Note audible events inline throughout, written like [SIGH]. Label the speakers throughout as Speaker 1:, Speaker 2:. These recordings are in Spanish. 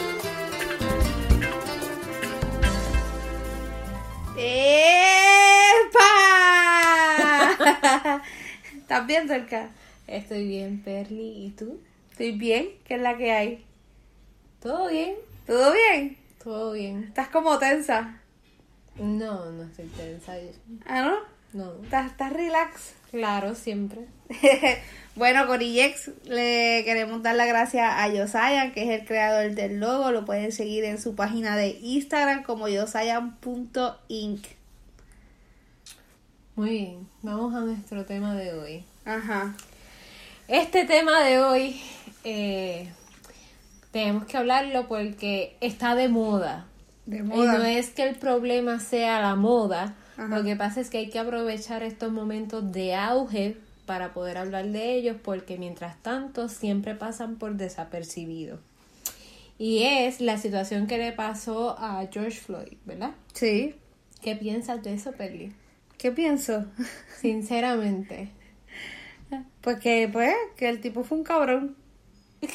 Speaker 1: [LAUGHS] ¿Estás bien, cerca?
Speaker 2: Estoy bien, Perly. ¿Y tú?
Speaker 1: Estoy bien, ¿qué es la que hay?
Speaker 2: ¿Todo bien?
Speaker 1: ¿Todo bien?
Speaker 2: ¿Todo bien?
Speaker 1: Estás como tensa.
Speaker 2: No, no estoy tensa. yo-
Speaker 1: ¿Ah, no?
Speaker 2: No.
Speaker 1: ¿Estás, estás relax?
Speaker 2: Claro, siempre.
Speaker 1: [LAUGHS] bueno, Corillex, le queremos dar las gracias a Yosayan, que es el creador del logo. Lo pueden seguir en su página de Instagram como yosayan.inc.
Speaker 2: Muy bien. Vamos a nuestro tema de hoy.
Speaker 1: Ajá.
Speaker 2: Este tema de hoy eh, tenemos que hablarlo porque está de moda.
Speaker 1: De
Speaker 2: Y no es que el problema sea la moda,
Speaker 1: Ajá.
Speaker 2: lo que pasa es que hay que aprovechar estos momentos de auge para poder hablar de ellos porque mientras tanto siempre pasan por desapercibidos. Y es la situación que le pasó a George Floyd, ¿verdad?
Speaker 1: Sí.
Speaker 2: ¿Qué piensas de eso, Perli?
Speaker 1: ¿Qué pienso? [LAUGHS]
Speaker 2: Sinceramente.
Speaker 1: Pues que, pues, que el tipo fue un cabrón. [LAUGHS]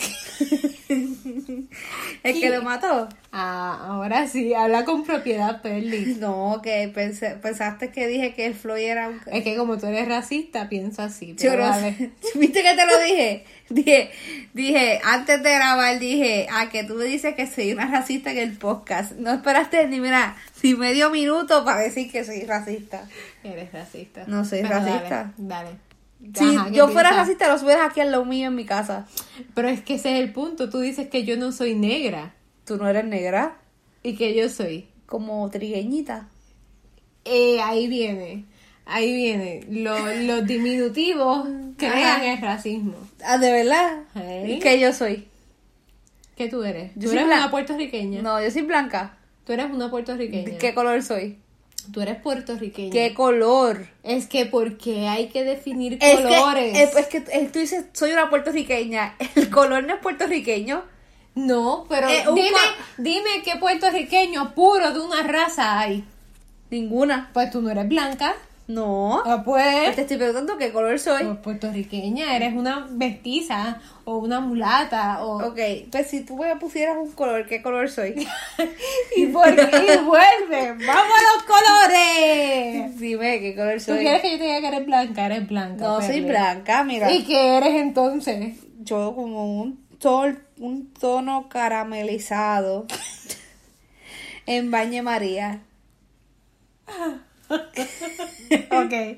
Speaker 1: el que lo mató.
Speaker 2: Ah, ahora sí, habla con propiedad, Perli.
Speaker 1: No, que pensé- pensaste que dije que el Floyd era un...
Speaker 2: Es que como tú eres racista, pienso así. pero
Speaker 1: Churros.
Speaker 2: vale.
Speaker 1: [LAUGHS] ¿Viste que te lo dije? Dije, dije, antes de grabar dije, ah, que tú me dices que soy una racista en el podcast. No esperaste ni, mira, ni medio minuto para decir que soy racista.
Speaker 2: Eres racista.
Speaker 1: No soy
Speaker 2: Pero dale,
Speaker 1: racista.
Speaker 2: Dale.
Speaker 1: Si
Speaker 2: Ajá, ¿qué
Speaker 1: yo fuera
Speaker 2: piensas?
Speaker 1: racista, lo subieras aquí en lo mío en mi casa.
Speaker 2: Pero es que ese es el punto. Tú dices que yo no soy negra
Speaker 1: Tú no eres negra,
Speaker 2: y que yo soy.
Speaker 1: como trigueñita.
Speaker 2: Eh, ahí viene. Ahí viene. Lo-
Speaker 1: [LAUGHS]
Speaker 2: los diminutivos crean el racismo.
Speaker 1: Ah, ¿de verdad?
Speaker 2: Sí.
Speaker 1: Que yo soy.
Speaker 2: ¿Qué tú eres?
Speaker 1: Yo
Speaker 2: tú
Speaker 1: soy
Speaker 2: eres
Speaker 1: blan-
Speaker 2: una puertorriqueña.
Speaker 1: No, yo soy blanca.
Speaker 2: Tú eres una puertorriqueña.
Speaker 1: ¿Qué color soy?
Speaker 2: Tú eres puertorriqueña.
Speaker 1: ¿Qué color?
Speaker 2: Es que porque hay que definir
Speaker 1: Es que-
Speaker 2: colores.
Speaker 1: eh, pues, Es que, eh, tú dices, soy una puertorriqueña. [LAUGHS] El color no es puertorriqueño.
Speaker 2: No, pero
Speaker 1: Eh, un
Speaker 2: dime,
Speaker 1: cua-
Speaker 2: dime qué puertorriqueño puro de una raza hay.
Speaker 1: Ninguna.
Speaker 2: Pues tú no eres blanca.
Speaker 1: No.
Speaker 2: Ah, pues.
Speaker 1: Te estoy preguntando qué color Este soy.
Speaker 2: Pues puertorriqueña, eres una mestiza o una mulata o...
Speaker 1: Ok, pues si tú me pusieras un color, ¿qué color soy?
Speaker 2: [LAUGHS] ¿Y por
Speaker 1: [LAUGHS]
Speaker 2: qué vuelve? [LAUGHS] ¡Vamos a los colores!
Speaker 1: Dime qué color
Speaker 2: ¿Tú
Speaker 1: soy.
Speaker 2: quieres que yo te diga que eres blanca? Eres blanca.
Speaker 1: No,
Speaker 2: Perle.
Speaker 1: soy blanca, mira.
Speaker 2: ¿Y qué eres entonces?
Speaker 1: Yo como un, tol- un tono caramelizado [LAUGHS] en baño María.
Speaker 2: ok.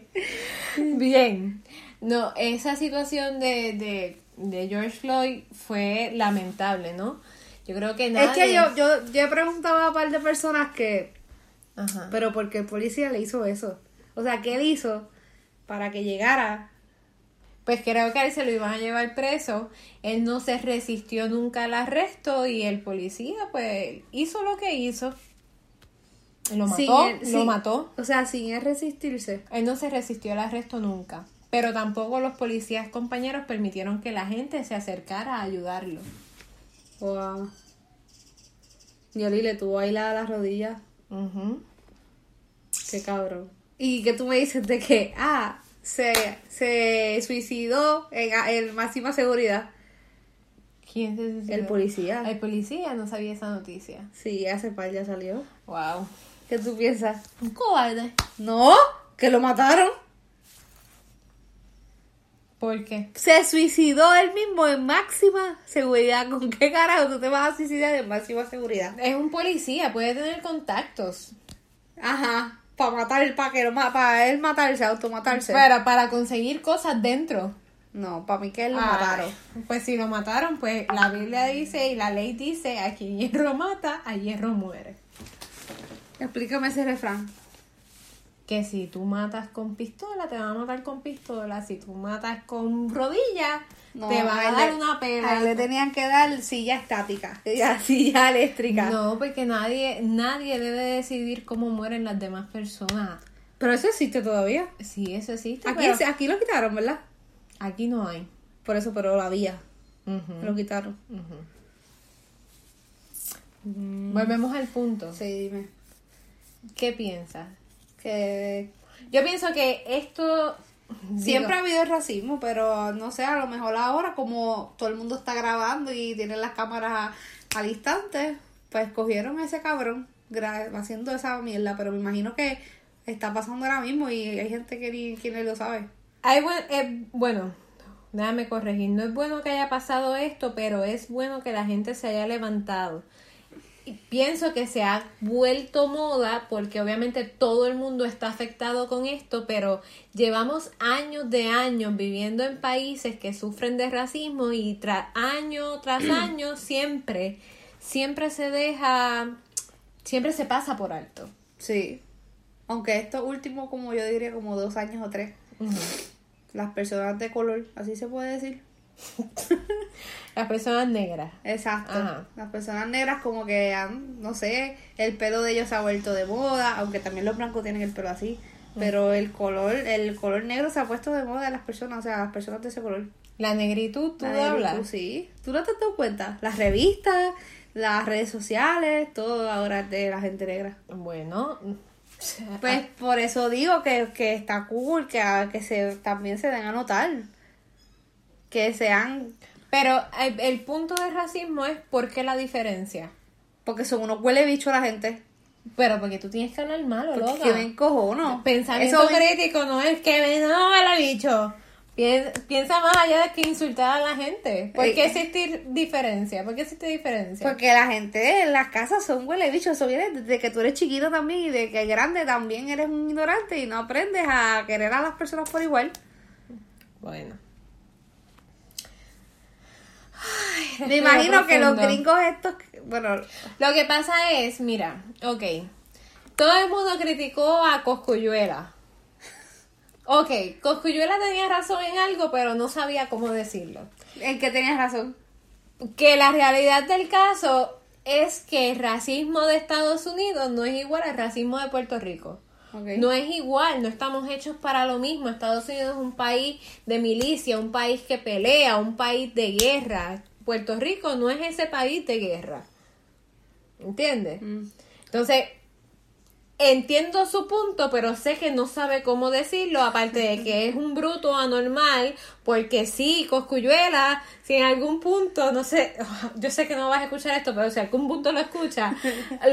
Speaker 2: [LAUGHS] Bien. No, esa situación de, de, de George Floyd fue lamentable, ¿no? Yo creo que nadie...
Speaker 1: Es que yo, yo, yo he preguntado a un par de personas que,
Speaker 2: Ajá.
Speaker 1: pero ¿por qué el policía le hizo eso? O sea, ¿qué él hizo para que llegara?
Speaker 2: Pues creo que a él se lo iban a llevar preso. Él no se resistió nunca al arresto y el policía pues hizo lo que hizo. Lo mató,
Speaker 1: sin él-
Speaker 2: lo
Speaker 1: sin-
Speaker 2: mató.
Speaker 1: O sea, sin él resistirse.
Speaker 2: Él no se resistió al arresto nunca. Pero tampoco los policías compañeros permitieron que la gente se acercara a ayudarlo.
Speaker 1: Wow. Yoli le tuvo ahí la, la rodilla.
Speaker 2: Ujú.
Speaker 1: Qué cabrón. Y que tú me dices de que, ah, se, se suicidó en, en máxima seguridad.
Speaker 2: ¿Quién se suicidó?
Speaker 1: El policía.
Speaker 2: El policía no sabía esa noticia.
Speaker 1: Sí, hace par ya salió.
Speaker 2: Wow.
Speaker 1: ¿Qué tú piensas?
Speaker 2: Un cobarde.
Speaker 1: No, que lo mataron.
Speaker 2: ¿Por qué?
Speaker 1: Se suicidó él mismo en máxima seguridad. ¿Con qué carajo tú te vas a suicidar en máxima seguridad?
Speaker 2: Es un policía, puede tener contactos.
Speaker 1: Ajá, para matar, para que lo ma- para él matarse, automatarse.
Speaker 2: Pero para conseguir cosas dentro.
Speaker 1: no, para mí que lo
Speaker 2: Ah,
Speaker 1: mataron.
Speaker 2: Pues si lo mataron, pues la Biblia dice y la ley dice, a quien hierro mata, a hierro muere.
Speaker 1: Explícame ese refrán.
Speaker 2: Que si tú matas con pistola, te van a matar con pistola. Si tú matas con rodilla,
Speaker 1: No,
Speaker 2: te van a
Speaker 1: él
Speaker 2: dar
Speaker 1: le-
Speaker 2: una
Speaker 1: a él le
Speaker 2: pela.
Speaker 1: tenían que dar silla estática, [LAUGHS] ya, silla eléctrica.
Speaker 2: No, porque nadie, nadie debe decidir cómo mueren las demás personas.
Speaker 1: Pero eso existe todavía.
Speaker 2: Si eso existe,
Speaker 1: Aquí,
Speaker 2: pero
Speaker 1: se- aquí lo quitaron, ¿verdad?
Speaker 2: aquí no hay.
Speaker 1: Por eso, pero lo había.
Speaker 2: Ujú,
Speaker 1: Lo quitaron.
Speaker 2: ujú. Volvemos al punto.
Speaker 1: Sí, dime.
Speaker 2: ¿Qué piensas?
Speaker 1: Que
Speaker 2: Yo pienso que esto...
Speaker 1: siempre ha habido racismo, pero no sé, a lo mejor ahora, como todo el mundo está grabando y tienen las cámaras a- al instante, pues cogieron a ese cabrón gra- haciendo esa mierda. Pero me imagino que está pasando ahora mismo y hay gente que ni, que ni lo sabe.
Speaker 2: Hay buen- eh, bueno, déjame corregir. No es bueno que haya pasado esto, pero es bueno que la gente se haya levantado. Y pienso que se ha vuelto moda porque obviamente todo el mundo está afectado con esto, pero llevamos años de años viviendo en países que sufren de racismo y tras año tras año siempre, siempre se deja, siempre se pasa por alto.
Speaker 1: Sí. Aunque esto último, como yo diría, como dos años o tres, las personas de color, así se puede decir.
Speaker 2: Las personas negras.
Speaker 1: Exacto.
Speaker 2: Ajá.
Speaker 1: Las personas negras como que, han- no sé, el pelo de ellos se ha vuelto de moda, aunque también los blancos tienen el pelo así.
Speaker 2: Mm.
Speaker 1: Pero el color, el color negro se ha puesto de moda en las personas, o sea, las personas de ese color.
Speaker 2: La negritud, tú
Speaker 1: La de
Speaker 2: hablas.
Speaker 1: Goku, sí. ¿Tú no te has dado cuenta? Las revistas, las redes sociales, todo ahora es de la gente negra. [LAUGHS]
Speaker 2: Bueno,
Speaker 1: Pues
Speaker 2: Ah.
Speaker 1: por eso digo que, que está cool, que, ah, que se, también se den a notar. Que sean,
Speaker 2: pero el, el punto del racismo es por qué la diferencia.
Speaker 1: porque son unos huele bicho la gente.
Speaker 2: Pero porque tú tienes que hablar malo,
Speaker 1: Porque
Speaker 2: loca.
Speaker 1: que me encojono.
Speaker 2: Pensamiento
Speaker 1: Eso me-
Speaker 2: crítico no es que me no me lo he dicho. Piensa, piensa más allá de que insultar a la gente. ¿Por qué
Speaker 1: Ey.
Speaker 2: existe diferencia? ¿Por qué existe diferencia?
Speaker 1: Eh, Porque la gente en las casas son huele bicho. Eso viene desde que tú eres chiquito también y de que grande también eres un ignorante y no aprendes a querer a las personas por
Speaker 2: [LAUGHS]
Speaker 1: igual.
Speaker 2: Bueno.
Speaker 1: Me imagino que los
Speaker 2: profundo.
Speaker 1: gringos estos, bueno,
Speaker 2: Lo que pasa es, mira, ok. Todo el mundo criticó a Coscuyuela. Ok, Coscuyuela tenía razón en algo, pero no sabía cómo decirlo.
Speaker 1: en que tenías razón.
Speaker 2: Que la realidad del caso es que el racismo de Estados Unidos no es igual al racismo de Puerto Rico.
Speaker 1: Okay.
Speaker 2: No es igual, no estamos hechos para lo mismo. Estados Unidos es un país de milicia, un país que pelea, un país de guerra. Puerto Rico no es ese país de guerra. ¿Entiendes?
Speaker 1: Mm.
Speaker 2: Entonces, entiendo su punto, pero sé que no sabe cómo decirlo, aparte de que es un bruto anormal, porque sí, Coscuyuela, si en algún punto, no sé, [LAUGHS] yo sé que no vas a escuchar esto, pero si algún punto
Speaker 1: [LAUGHS]
Speaker 2: lo escuchas,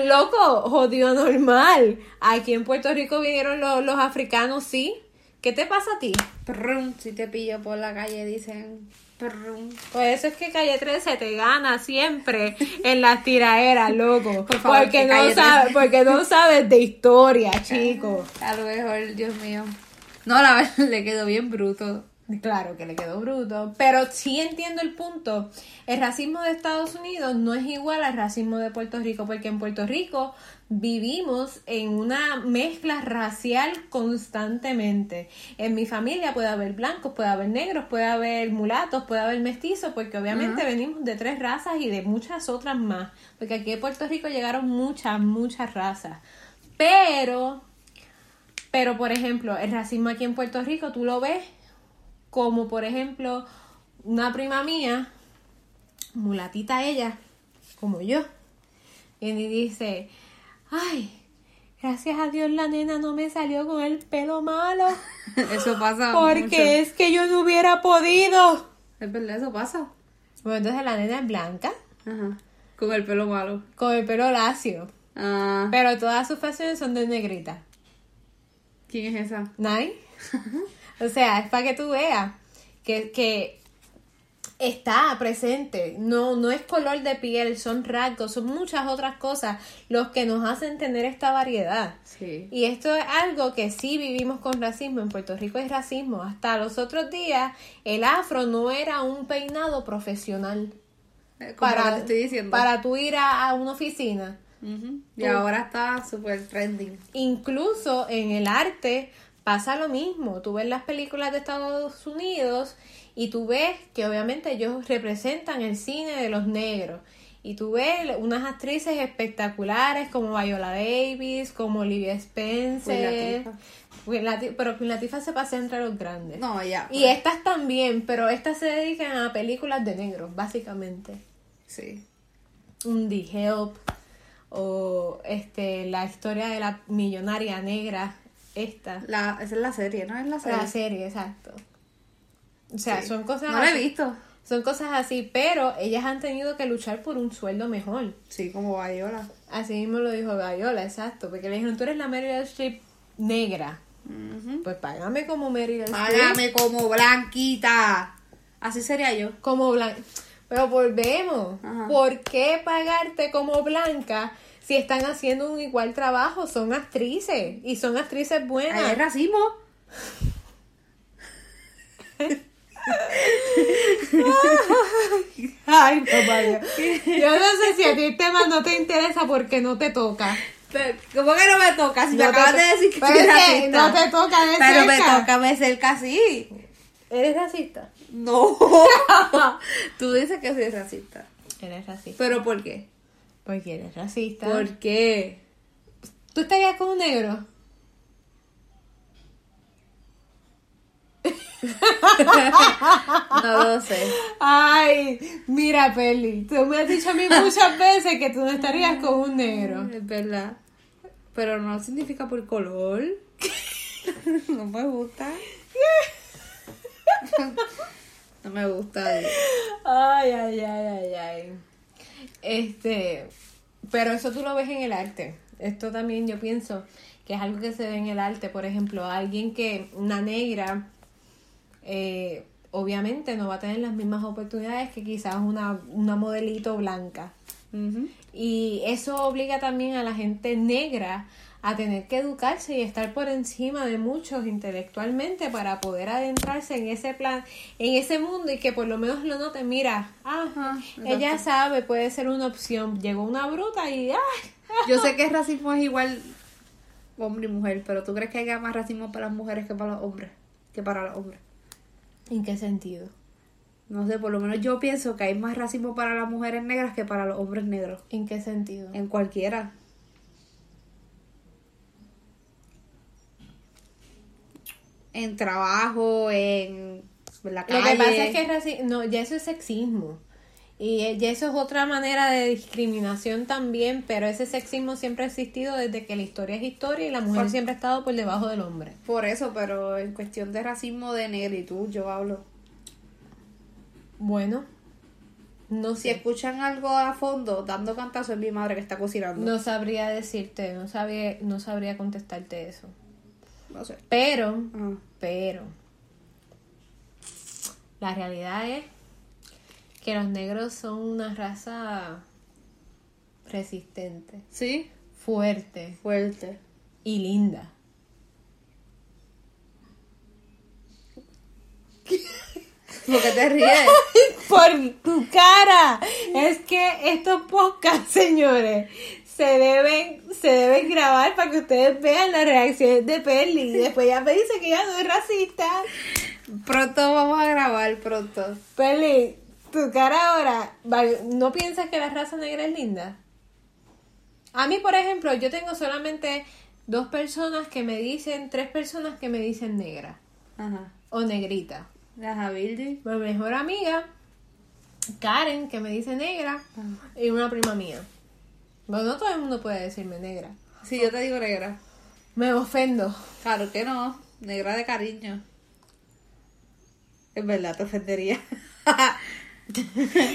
Speaker 2: loco, jodido anormal. Aquí en Puerto Rico vinieron los, los africanos, sí. ¿Qué te pasa a ti?
Speaker 1: Prrrum, si te pillo por la calle dicen prrrum.
Speaker 2: Por eso es que Calle 13 te gana siempre en las tiraderas, loco.
Speaker 1: Por favor,
Speaker 2: porque,
Speaker 1: que
Speaker 2: no
Speaker 1: Calle
Speaker 2: sabes, porque no sabes de historia, chicos.
Speaker 1: A lo mejor, Dios mío. No, la verdad [LAUGHS] le quedó bien bruto. [LAUGHS]
Speaker 2: Claro que le quedó bruto, pero sí entiendo el punto. El racismo de Estados Unidos no es igual al racismo de Puerto Rico, porque en Puerto Rico vivimos en una mezcla racial constantemente. En mi familia puede haber blancos, puede haber negros, puede haber mulatos, puede haber mestizos, porque obviamente venimos de tres razas y de muchas otras más, porque aquí en Puerto Rico llegaron muchas, muchas razas. Pero, pero por ejemplo, el racismo aquí en Puerto Rico, tú lo ves como por ejemplo una prima mía, mulatita ella, como yo, viene y dice, ay, gracias a Dios la nena no me salió con el pelo malo,
Speaker 1: Eso pasa.
Speaker 2: porque es que yo no hubiera podido.
Speaker 1: mucho. Es verdad, eso pasa.
Speaker 2: Bueno, entonces la nena es blanca,
Speaker 1: Ajá. Con el pelo malo.
Speaker 2: con el pelo lacio,
Speaker 1: Ah,
Speaker 2: pero todas sus facciones son de negrita.
Speaker 1: ¿Quién es esa?
Speaker 2: ¿Nai? [LAUGHS] O sea, es para que tú veas que, que está presente. No, no es color de piel, son rasgos, son muchas otras cosas los que nos hacen tener esta variedad.
Speaker 1: Sí.
Speaker 2: Y esto es algo que sí vivimos con racismo. En Puerto Rico es racismo. Hasta los otros días, el afro no era un peinado profesional.
Speaker 1: Eh, Como
Speaker 2: Para,
Speaker 1: te estoy diciendo.
Speaker 2: para tú ir a- a una oficina.
Speaker 1: Ujú. Y ahora está súper trending.
Speaker 2: Incluso en el arte pasa lo mismo. Tú ves las películas de Estados Unidos y tú ves que obviamente ellos representan el cine de los negros. Y tú ves unas actrices espectaculares como Viola Davis, como Olivia Spencer.
Speaker 1: Queen Latifah.
Speaker 2: Queen Lati- pero Queen Latifah se pasa entre los grandes.
Speaker 1: No, ya.
Speaker 2: Y estas también, pero estas se dedican a películas de negros, básicamente
Speaker 1: pues, Sí.
Speaker 2: un The Help o este la historia de la millonaria negra esta
Speaker 1: La, esa es la serie, ¿no? Es la serie.
Speaker 2: la serie exacto o sea
Speaker 1: Sí.
Speaker 2: son cosas
Speaker 1: No la he
Speaker 2: así-
Speaker 1: visto.
Speaker 2: son cosas así pero ellas han tenido que luchar por un sueldo mejor
Speaker 1: Sí, como Viola.
Speaker 2: Este- así mismo lo dijo Viola exacto porque le dijeron tú eres la Meryl Streep negra Pues págame como Meryl Streep.
Speaker 1: Págame como blanquita. Así sería yo.
Speaker 2: Como blanca. Pero volvemos.
Speaker 1: Ajá.
Speaker 2: ¿Por qué pagarte como blanca si están haciendo un igual trabajo? Son actrices y son actrices
Speaker 1: Ahí es
Speaker 2: buenas.
Speaker 1: racismo.
Speaker 2: Ay, papá. Dios. [LAUGHS] Yo no sé si a ti el tema no te interesa porque no te toca.
Speaker 1: Pero, ¿Cómo que no me toca? Si me
Speaker 2: No te
Speaker 1: acabas
Speaker 2: to-
Speaker 1: de decir que
Speaker 2: Pero
Speaker 1: soy
Speaker 2: es que
Speaker 1: racista.
Speaker 2: no te toca de
Speaker 1: Pero me
Speaker 2: cerca.
Speaker 1: toca de cerca así.
Speaker 2: ¿Eres racista? [LAUGHS]
Speaker 1: No. Tú dices que soy racista.
Speaker 2: Eres racista.
Speaker 1: ¿Pero por qué?
Speaker 2: Porque eres racista.
Speaker 1: ¿Por qué?
Speaker 2: ¿Tú estarías con un negro?
Speaker 1: No lo sé.
Speaker 2: Ay, mira, Peli, tú me has dicho a mí muchas veces que tú no estarías con un negro.
Speaker 1: Mm, Es verdad. Pero no significa por color. [LAUGHS] No me gusta. [LAUGHS] No me gusta.
Speaker 2: Ay, ay, ay, ay, ay. Este, pero eso tú lo ves en el arte. Esto también yo pienso que es algo que se ve en el arte. Por ejemplo, alguien que, una negra, eh, obviamente no va a tener las mismas oportunidades que quizás una, una modelito blanca.
Speaker 1: Ujú.
Speaker 2: Y eso obliga también a la gente negra a tener que educarse y estar por encima de muchos intelectualmente para poder adentrarse en ese plan, en ese mundo y que por lo menos lo noten, mira, ah,
Speaker 1: Ajá,
Speaker 2: ella sabe, puede ser una opción. Llegó una bruta y ah, ay,
Speaker 1: Yo sé que el racismo es igual hombre y mujer, pero ¿tú crees que haya más racismo para las mujeres que para los hombres? Que para los hombres.
Speaker 2: ¿en qué sentido?
Speaker 1: No sé, por lo menos yo pienso que hay más racismo para las mujeres negras que para los hombres negros.
Speaker 2: ¿En qué sentido?
Speaker 1: En cualquiera. En trabajo, en la calle.
Speaker 2: Lo que pasa es que es raci- no, ya eso es sexismo. Y eh, ya eso es otra manera de discriminación también, pero ese sexismo siempre ha existido desde que la historia es historia y la mujer
Speaker 1: Por-
Speaker 2: siempre ha estado por debajo del hombre.
Speaker 1: Por eso, pero en cuestión de racismo de negritud, yo hablo.
Speaker 2: Bueno, no
Speaker 1: Si
Speaker 2: sé.
Speaker 1: escuchan algo a fondo, dando cantazo, es mi madre que está cocinando.
Speaker 2: No sabría decirte, no sabría, no sabría contestarte eso.
Speaker 1: No sé.
Speaker 2: Pero,
Speaker 1: Ah.
Speaker 2: pero, la realidad es que los negros son una raza resistente,
Speaker 1: Sí,
Speaker 2: fuerte
Speaker 1: fuerte.
Speaker 2: y linda.
Speaker 1: Porque te
Speaker 2: [LAUGHS]
Speaker 1: ríes.
Speaker 2: Por tu cara. Es que estos podcasts, [LAUGHS] señores, se deben, se deben grabar para que ustedes vean las reacciones de Perly. Después ya me dice que ella no es racista.
Speaker 1: pronto vamos a grabar, pronto.
Speaker 2: Perly, tu cara ahora, va- ¿no piensas que la raza negra es linda? A mí, por ejemplo, yo tengo solamente dos personas que me dicen, tres personas que me dicen negra
Speaker 1: Ajá.
Speaker 2: o negrita.
Speaker 1: Ajá, Bildi.
Speaker 2: mi mejor amiga, Karen, que me dice negra, y una prima mía. Bueno, no todo el mundo puede decirme negra.
Speaker 1: Si yo te digo negra.
Speaker 2: Me ofendo. [LAUGHS]
Speaker 1: Claro que no. Negra de cariño. Es verdad, te ofendería. [LAUGHS]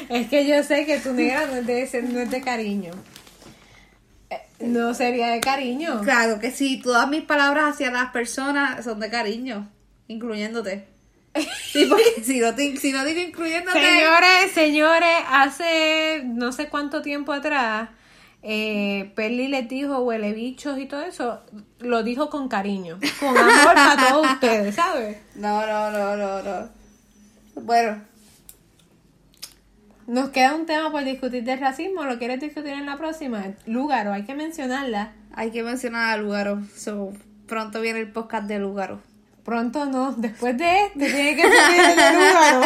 Speaker 2: Es que yo sé que tu negra no es de, ese- no es de cariño. Eh, No sería de cariño.
Speaker 1: claro que sí. Todas mis palabras hacia las personas son de cariño. Incluyéndote. Sí, porque [LAUGHS] si no, te- si no digo incluyéndote.
Speaker 2: Señores, señores, hace no sé cuánto tiempo atrás, eh, Perli les dijo huele bichos y todo eso. Lo dijo con cariño, con amor para todos ustedes, ¿sabes?
Speaker 1: No, no, no, no, no. Bueno,
Speaker 2: Nos queda un tema por discutir del racismo. ¿Lo quieres discutir en la próxima? Lugaro, hay que mencionarla.
Speaker 1: hay que mencionar a Lugaro. So, pronto viene el podcast de Lugaro.
Speaker 2: Pronto no, después de este tiene que salir el de Lugaro.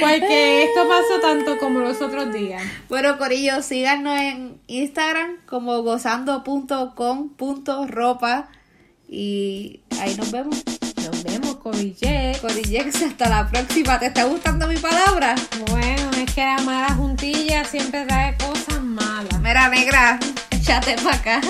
Speaker 2: Porque esto pasó tanto como los otros días.
Speaker 1: Bueno, Corillo, síganos en Instagram como gozando.com.ropa y ahí nos vemos.
Speaker 2: Nos vemos, Coville.
Speaker 1: Corillex, hasta la próxima. ¿Te está gustando mi palabra?
Speaker 2: Bueno, es que la mala juntilla siempre trae cosas malas.
Speaker 1: Mira, negra, échate para acá.